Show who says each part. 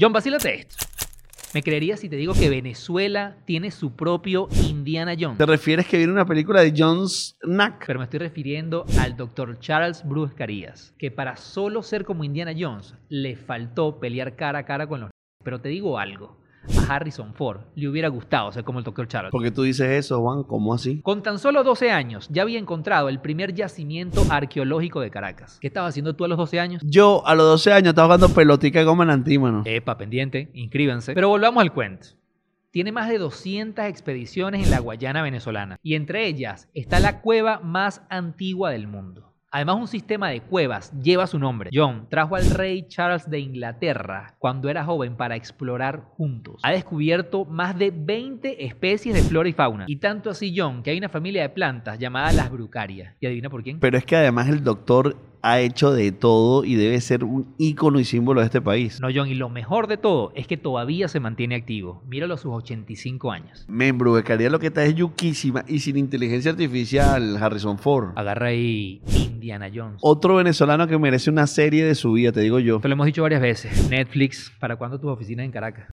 Speaker 1: John, vacílate esto. Me creerías si te digo que Venezuela tiene su propio Indiana Jones.
Speaker 2: ¿Te refieres que viene una película de John Snack?
Speaker 1: Pero me estoy refiriendo al doctor Charles Bruce Carías, que para solo ser como Indiana Jones le faltó pelear cara a cara con los... Pero te digo algo, a Harrison Ford le hubiera gustado ser como el doctor Charles.
Speaker 2: Porque tú dices eso, Juan, ¿cómo así?
Speaker 1: Con tan solo 12 años ya había encontrado el primer yacimiento arqueológico de Caracas. ¿Qué estabas haciendo tú a los 12 años?
Speaker 2: Yo a los 12 años estaba jugando pelotica de goma en antímano.
Speaker 1: Epa, pendiente, inscríbanse. Pero volvamos al cuento. Tiene más de 200 expediciones en la Guayana venezolana y entre ellas está la cueva más antigua del mundo. Además, un sistema de cuevas lleva su nombre. John trajo al rey Charles de Inglaterra cuando era joven para explorar juntos. Ha descubierto más de 20 especies de flora y fauna. Y tanto así, John, que hay una familia de plantas llamada las brucarias. ¿Y adivina por quién?
Speaker 2: Pero es que además el doctor ha hecho de todo y debe ser un ícono y símbolo de este país.
Speaker 1: No, John, y lo mejor de todo es que todavía se mantiene activo. Míralo a sus 85 años.
Speaker 2: Me embrujecaría lo que está es yuquísima y sin inteligencia artificial, Harrison Ford.
Speaker 1: Agarra ahí Indiana Jones.
Speaker 2: Otro venezolano que merece una serie de su vida, te digo yo.
Speaker 1: Te lo hemos dicho varias veces. Netflix, ¿para cuándo tus oficinas en Caracas?